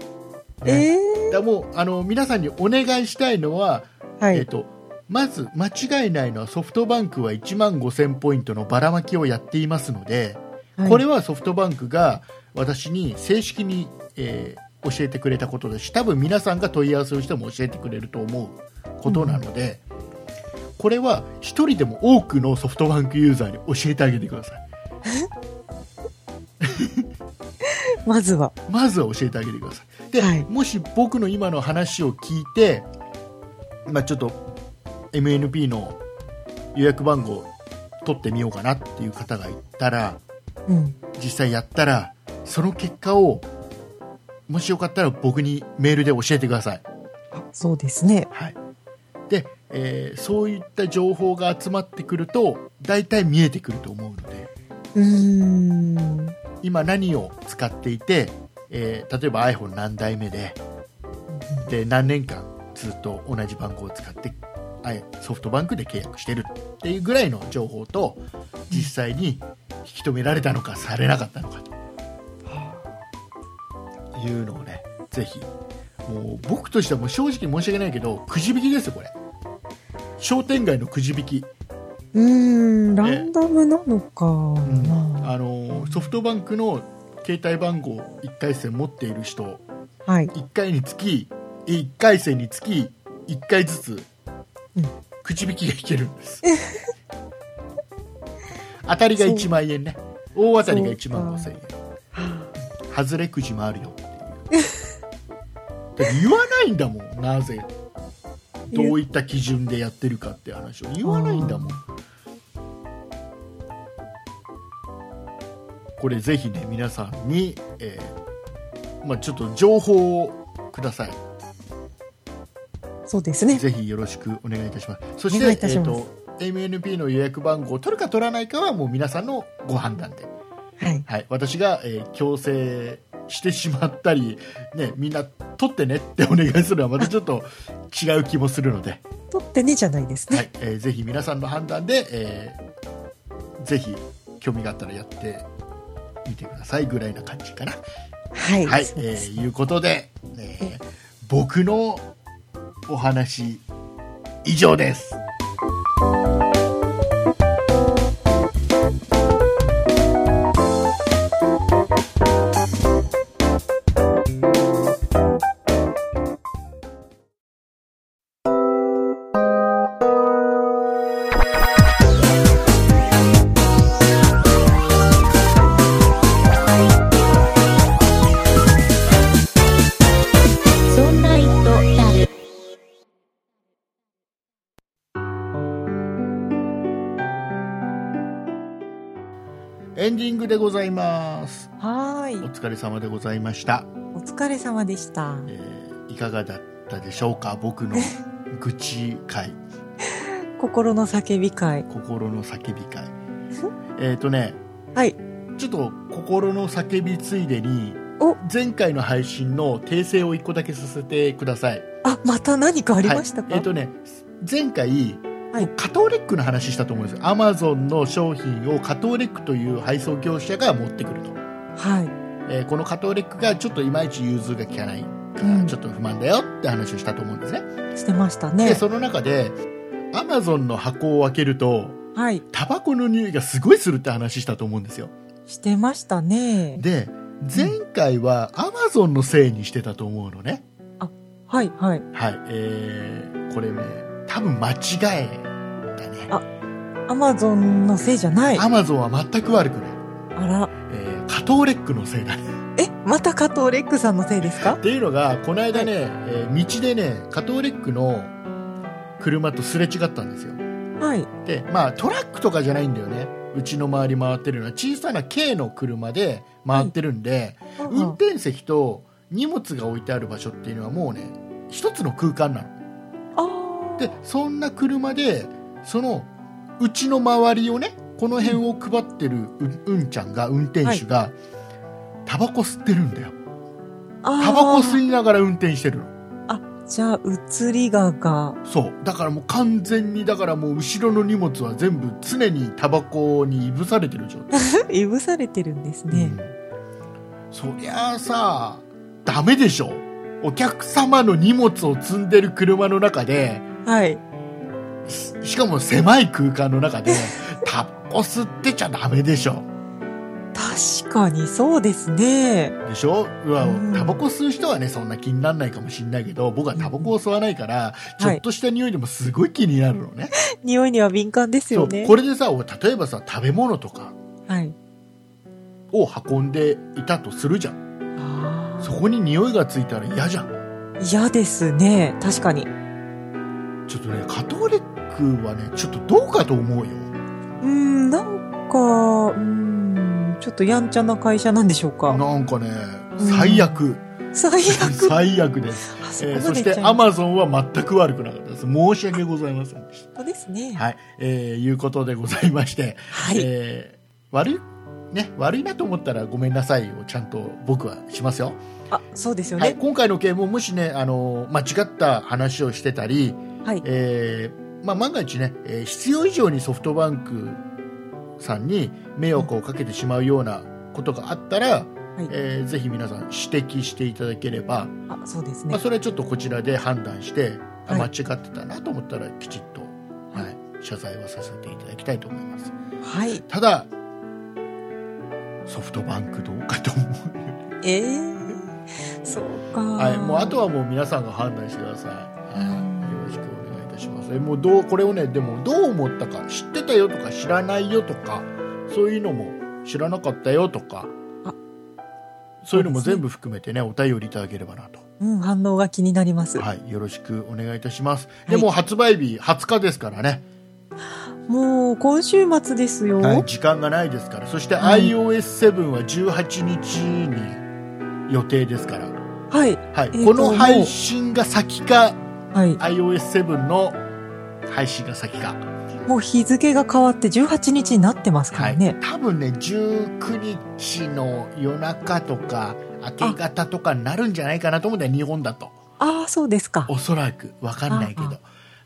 B: ね
C: ええ
B: だからもうあの皆さんにお願いしたいのは、
C: は
B: えっ
C: い。
B: とまず間違いないのはソフトバンクは1万5000ポイントのばらまきをやっていますので、これ
C: は
B: はソフトバンクが私に正式に、えー教えてくれたことですし多分皆さんが問い合わせをしても教えてくれると思うことなので、これは1人でも多くのソフトバンクユーザーに教えてあげてください
C: い、まずは。
B: まずは教えてあげてくださいで、
C: はい
B: もし僕の今の話を聞いて、まあ、ちょっと MNP の予約番号取ってみようかなっていう方がいたら、
C: うん。
B: 実際やったらその結果をもしよかったら僕にメールで教えてください、
C: あそうですね。
B: はい、で、えーそういった情報が集まってくると大体見えてくると思うので
C: うーん。
B: 今何を使っていて、えー例えば iPhone 何代目でで何年間ずっと同じ番号を使ってあソフトバンクで契約してるっていうぐらいの情報と実際に引き止められたのかされなかったのかというのをねぜひもう僕としてはもう正直申し訳ないけどくじ引きですよこれ商店街のくじ引き、
C: うーん、ランダムなのかな。
B: あのーソフトバンクの携帯番号1回戦持っている人
C: はい。
B: 1回につき1回戦につき1回ずつ、
C: うん
B: 口引きが引けるんです当たりが1万円ね大当たりが1万5000円外れくじもあるよっていうだって言わないんだもんなぜどういった基準でやってるかって話を言わないんだもんこれぜひね皆さんに、えーまあ、ちょっと情報をください
C: そうですね。
B: ぜひよろしくお願いいたします。そ
C: お願い
B: し
C: い
B: て、
C: た
B: え
C: し
B: っ
C: ます
B: と MNP の予約番号を取るか取らないかはもう皆さんのご判断で、
C: はい。
B: はい、私が、えー強制してしまったり、ね、みんな取ってねってお願いするのはまたちょっと違う気もするので、
C: 取ってねじゃないです
B: は
C: ね。
B: いえーぜひ皆さんの判断で、えーぜひ興味があったらやってみてくださいぐらいな感じかな。
C: はい。
B: はい、
C: そう
B: え
C: です
B: ーいうことで、えー僕のお話以上です。
A: そんな糸だる。
B: エンディングでございます。
C: はー
B: お
C: い。
B: 疲れ様でございました。
C: お疲れ様でした。
B: えーいかがだったでしょうか僕の愚痴会、
C: 心の叫び会。
B: 心の叫び会。えっ、とね、
C: はい。
B: ちょっと心の叫びついでに
C: お、
B: 前回の配信の訂正を一個だけさせてください。
C: あ、また何かあ
B: あ
C: りましたか、
B: えっ、とね、前回、
C: はい
B: カトーレックの話したと思うんですアマゾンの商品をカトーレックという配送業者が持ってくると。
C: はい。
B: えーこのカトーレックがちょっといまいち融通が利かないか
C: う
B: ら
C: ん
B: ちょっと不満だよって話をしたと思うんですね、
C: してましたね
B: で。その中でアマゾンの箱を開けると
C: はい。
B: タバコの匂いがすごいするって話したと思うんですよ
C: してましたね。
B: で前回はアマゾンのせいにしてたと思うのね
C: はい、はい。
B: はいえー、これね多分間違えだね
C: あアマゾンのせいじゃない。
B: ア
C: あ
B: マゾンは全く悪くない、
C: ら。
B: えーカトーレックのせいだね
C: え、また加藤レックさんのせいですか
B: っていうのがこの間ね、えー道でねカトーレックの車とすれ違ったんですよ
C: はい。
B: でまあトラックとかじゃないんだよねうちの周り回ってるのは小さな軽の車で回ってるんで、運転席と荷物が置いてある場所っていうのはもうね一つの空間なの
C: あー
B: でそんな車でそのうちの周りをねこの辺を配ってるう,、ん、ちゃんが運転手が、タバコ吸ってるんだよ
C: あー
B: タバコ吸いながら運転してるの
C: じゃあ、映りがが。
B: そうだからもう完全にだからもう後ろの荷物は全部常にタバコにいぶされてる状態
C: いぶされてるんですね。
B: うん、そりゃあさダメでしょお客様の荷物を積んでる車の中で
C: はい。
B: ししかも狭い空間の中でタバコ吸ってちゃダメでしょ
C: 確かにそうですね。
B: でしょうわ
C: うん
B: タバコ吸う人はねそんな気にならないかもしれないけど僕はタバコを吸わないから、ちょっとした匂いでもすごい気になるのね,、
C: 匂いには敏感です
B: そ
C: よ
B: う
C: ね。
B: これでさ俺例えばさ食べ物とか
C: はい。
B: を運んでいたとするじゃん
C: あ
B: そこに匂いがついたら嫌じゃん
C: ー嫌ですね。確かに。う
B: ちょっとね、カトーレックはね、ちょっとどうかと思うよ。
C: ーん、なんか、うーん、ちょっとやんちゃな会社なんでしょうか。
B: なんかね、
C: うん
B: 最悪。
C: 最 悪。
B: 最悪です。
C: あそこ
B: えー
C: ま
B: そ
C: で
B: し
C: いっちゃ
B: て
C: い、
B: ア
C: ま
B: マゾンは全く悪くなかったです。申し訳ございませんでし
C: 本当ですね。
B: た。はい。えーいうことでございまして、
C: はい。
B: えー悪い、ね、悪いなと思ったらごめんなさいをちゃんと僕はしますよ。
C: あ、そうですよ
B: はい。
C: ね。
B: 今回の件ももしね、あの、間違った話をしてたり、
C: はい。
B: えーまあ、万が一ね、えー必要以上にソフトバンクさんに迷惑をかけてしまうようなことがあったら、
C: はい
B: えーぜひ皆さん指摘していただければ、
C: あ、そうです
B: ま
C: ね
B: あ、。それはちょっとこちらで判断して、あ
C: はい
B: 間違ってたなと思ったらきちっと、はい、謝罪はさせていただきたいと思います
C: はい。
B: ただソフトバンクどうかと思う、
C: えー、そうか。
B: はい、もうあとはもう皆さんが判断してください、はい、よろしくお願いいたしますえもうどうこれをねでもどう思ったか知ってたよとか知らないよとかそういうのも知らなかったよとか
C: あ
B: そういうのも全部含めてねお便りいただければなと、
C: うん、反応が気になります。
B: はい、よろしくお願いいたします、
C: い
B: でもう発売日20日ですからね、
C: もう今週末ですよ。
B: はい時間がないですからそして iOS7 は18日に予定ですから、
C: はい。
B: はい
C: えーと
B: この配信が先か
C: はい。
B: iOS7 の配信が先か、
C: もう日付が変わって18日になってますか
B: は
C: ら
B: い
C: ね。
B: 多分ね19日の夜中とか明け方とかになるんじゃないかなと思うんだよ日本だと
C: ああ、そうですか。
B: おそらくわかんないけ
C: あ
B: ど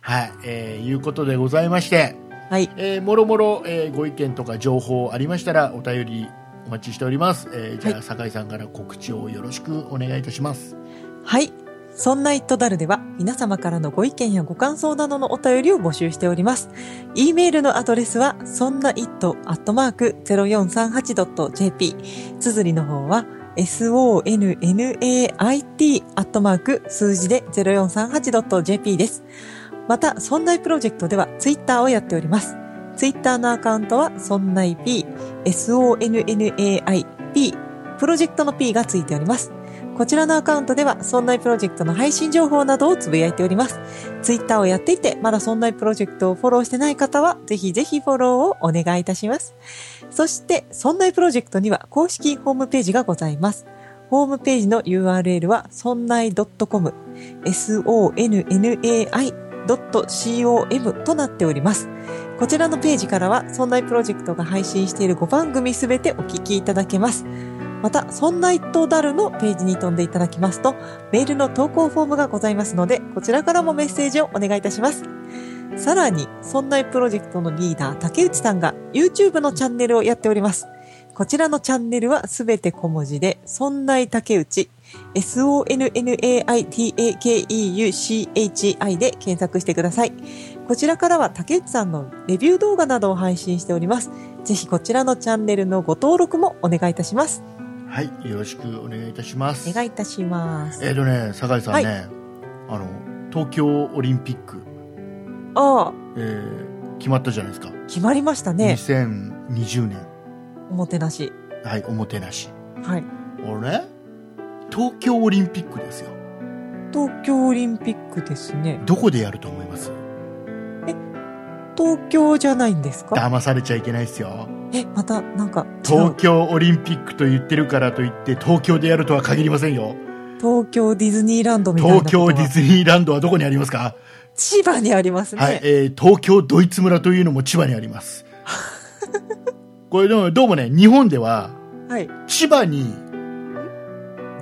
B: はい、えーいうことでございまして、
C: はい。
B: えーもろもろ、えーご意見とか情報ありましたらお便りお待ちしております、えーじゃあ、
C: は
B: 酒井さんから告知をよろしくお願いいたします
C: はい。そんなイットダルでは皆様からのご意見やご感想などのお便りを募集しております。e メールのアドレスは、そんな it アットマーク 0438.jp。綴りの方は、sonnait アットマーク数字で 0438.jp です。また、そんないプロジェクトではツイッターをやっております。ツイッターのアカウントは、そんない p、sonnait p、プロジェクトの p がついております。こちらのアカウントでは、そんないプロジェクトの配信情報などをつぶやいております。ツイッターをやっていて、まだそんないプロジェクトをフォローしてない方は、ぜひぜひフォローをお願いいたします。そして、そんないプロジェクトには公式ホームページがございます。ホームページの URL は、そんない .com、sonnai.com となっております。こちらのページからは、そんないプロジェクトが配信している5番組すべてお聞きいただけます。また、そんな一等ダルのページに飛んでいただきますと、メールの投稿フォームがございますので、こちらからもメッセージをお願いいたします。さらに、そんないプロジェクトのリーダー、竹内さんが YouTube のチャンネルをやっております。こちらのチャンネルはすべて小文字で、そんない竹内、sonnaitakeuchi で検索してください。こちらからは竹内さんのレビュー動画などを配信しております。ぜひこちらのチャンネルのご登録もお願いいたします。
B: はいよろしくお願いいたします
C: お願いいたします。
B: えっ、とね酒井さんね、あの東京オリンピック、
C: ああ、
B: えー決まったじゃないですか、
C: 決まりましたね。
B: 2020年
C: おもてなし。
B: はいおもてなし
C: はい。
B: 俺ね東京オリンピックですよ
C: 東京オリンピックですね。
B: どこでやると思います
C: 東京じゃないんですか
B: 騙されちゃいけないですよ
C: え、また、なんか、違
B: 東
C: う。
B: 京オリンピックと言ってるからといって東京でやるとは限りませんよ
C: 東京ディズニーランドみたいな
B: 東
C: こと
B: 京
C: は。
B: ディズニーランドはどこにありますか、
C: 千葉にありますね。
B: はいえー東京ドイツ村というのも千葉にあります これでもどうもね日本では
C: はい。
B: 千葉に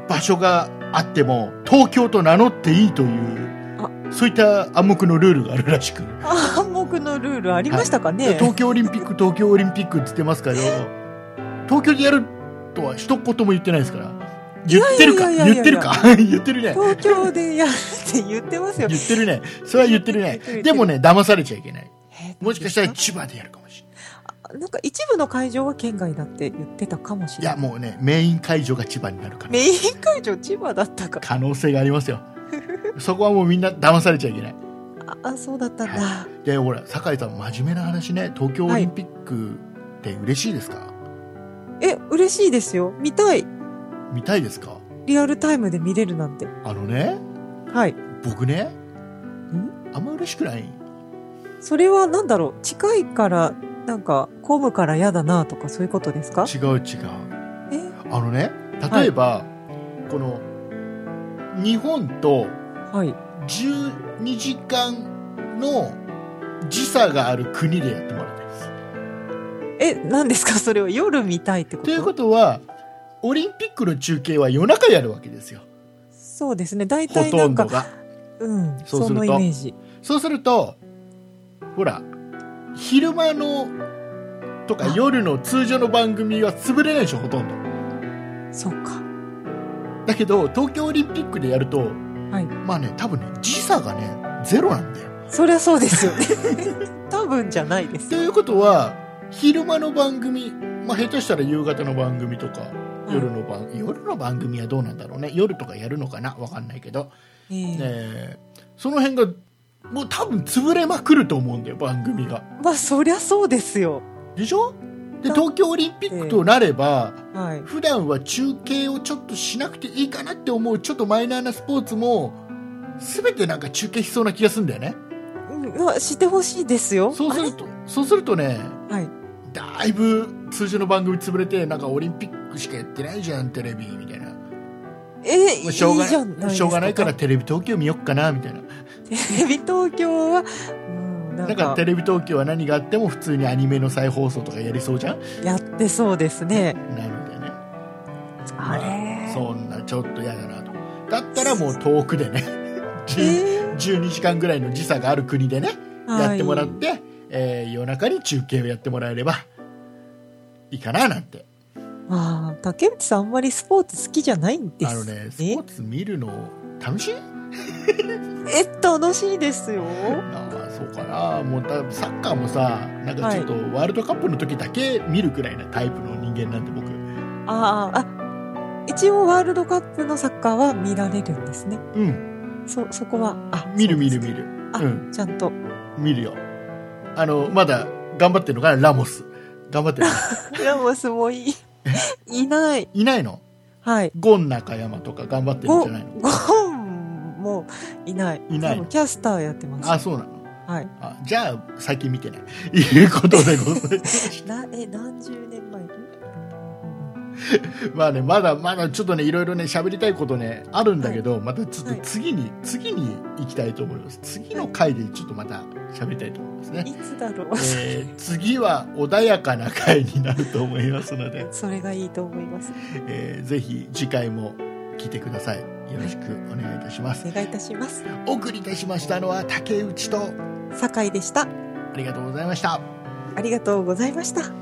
B: 場所があっても東京と名乗っていいという
C: あ
B: そういった暗黙のルールがあるらしく
C: あ、暗黙のルールありましたかね、
B: 東京オリンピック東京オリンピックって言ってますけど東京でやるとは一言も言ってないですから言ってるか
C: いやいや
B: 言
C: い
B: っ
C: やいやいや
B: てるか 言ってるね
C: 東京でやるって言ってますよ。
B: 言ってるねそれは言ってるね
C: 言ってる
B: でもね騙されちゃいけない
C: え
B: もしかしたら千葉でやるかもしれない
C: なんか一部の会場は県外だって言ってたかもし
B: い
C: れな
B: や
C: い。
B: もうねメイン会場が千葉になるから
C: メイン会場千葉だったか。
B: 可能性がありますよそこはもうみんな騙されちゃいけない
C: ああ、そうだったんだ。
B: はでほら酒井さん真面目な話ね東京オリンピックって嬉しいですか、
C: え、嬉しいですよ。見たい。
B: 見たいですか
C: リアルタイムで見れるなんて。
B: あのね
C: はい。
B: 僕ねあんま嬉しくない
C: それはなんだろう。近いから、なんか、混むから嫌だなとかそういうことですか
B: 違う違う
C: え
B: あのね例えば、この日本と
C: はい。
B: 12時間の時差がある国でやってもらいたいです
C: え、何ですか それは夜見たいってこと
B: ということはオリンピックの中継は夜中やるわけですよ
C: そうですね。大
B: ほ
C: 体な
B: とん
C: ん
B: ど
C: か、
B: が
C: うん、
B: そう
C: そ
B: すると
C: のイメージ。
B: そうするとほら昼間のとか
C: あ
B: 夜の通常の番組は潰れないでしょほとんど
C: そうか。
B: だけど東京オリンピックでやると
C: はい。
B: まあね多分ね時差がねゼロなんだよ
C: そりゃそうで すよね。多分じゃないで
B: と
C: す。
B: いうことは昼間の番組、まあ、下手したら夕方の番組とか夜の番、夜の番組はどうなんだろうね夜とかやるのかなわかんないけど、
C: え
B: え
C: え
B: ーその辺がもう多分潰れまくると思うんだよ番組が
C: まあ、そりゃそうですよ。
B: でしょで東京オリンピックとなれば、
C: はい。
B: 普段は中継をちょっとしなくていいかなって思うちょっとマイナーなスポーツも全てなんか中継しそうな気がするんだよね
C: うんうわ、してほしいですよ。
B: そうするとそうするとね
C: はい。
B: だいぶ通常の番組潰れてなんかオリンピックしかやってないじゃんテレビみたいな
C: え
B: もうしょうが
C: いいじゃないです
B: ないしょうが ないから
C: テ
B: テレビ東京見よっかなみたいな
C: レビ東京は、うん、な
B: なん
C: ん
B: か
C: か
B: テレビ東京は何があっても普通にアニメの再放送とかやりそうじゃん
C: やってそうですね。
B: なのでね
C: あれ
B: そんなちょっと嫌だなとだったらもう遠くで ね10
C: え
B: 12時間ぐらいの時差がある国でね
C: ー
B: やってもらって、えー夜中に中継をやってもらえればいいかななんて
C: ああ、竹内さんあんまりスポーツ好きじゃないんで
B: あの
C: す
B: ねスポーツ見るの楽しい
C: え、楽しいですよ。
B: ああそうかなもう多分サッカーもさなんかちょっとワールドカップの時だけ見るくらいなタイプの人間なんで僕
C: ああ、あ、一応ワールドカップのサッカーは見られるんですね。
B: うん
C: そ、そこは、あ、
B: 見る見る
C: る。
B: 見る
C: あ
B: うん
C: ちゃんと。
B: 見るよあのまだ頑張ってるのかなラモス頑 張ってる
C: ラモス もいい。いない。
B: いないの
C: はい。
B: ゴン中山とか頑張ってるん
C: ゴ
B: じゃないの
C: ン、ゴンもいない。
B: いない
C: 多分キャスターやってます。
B: あそうなの
C: はい。
B: あじゃあ最近見てないいう ことでございます
C: な、え、何十年 前に
B: まあね、まだまだちょっとね、いろいろね、喋りたいことね、あるんだけど、またちょっと次に、次に行きたいと思います。次の回でちょっとまた喋りたいと思いますね。
C: いつだろう。
B: えー次は穏やかな回になると思いますので、
C: それがいいと思います。
B: えーぜひ次回も聞いてください。よろしくお願いいたします。
C: お願いいたします。
B: お送りいたしましたのは竹内と、
C: 酒井でした。
B: ありがとうございました。
C: ありがとうございました。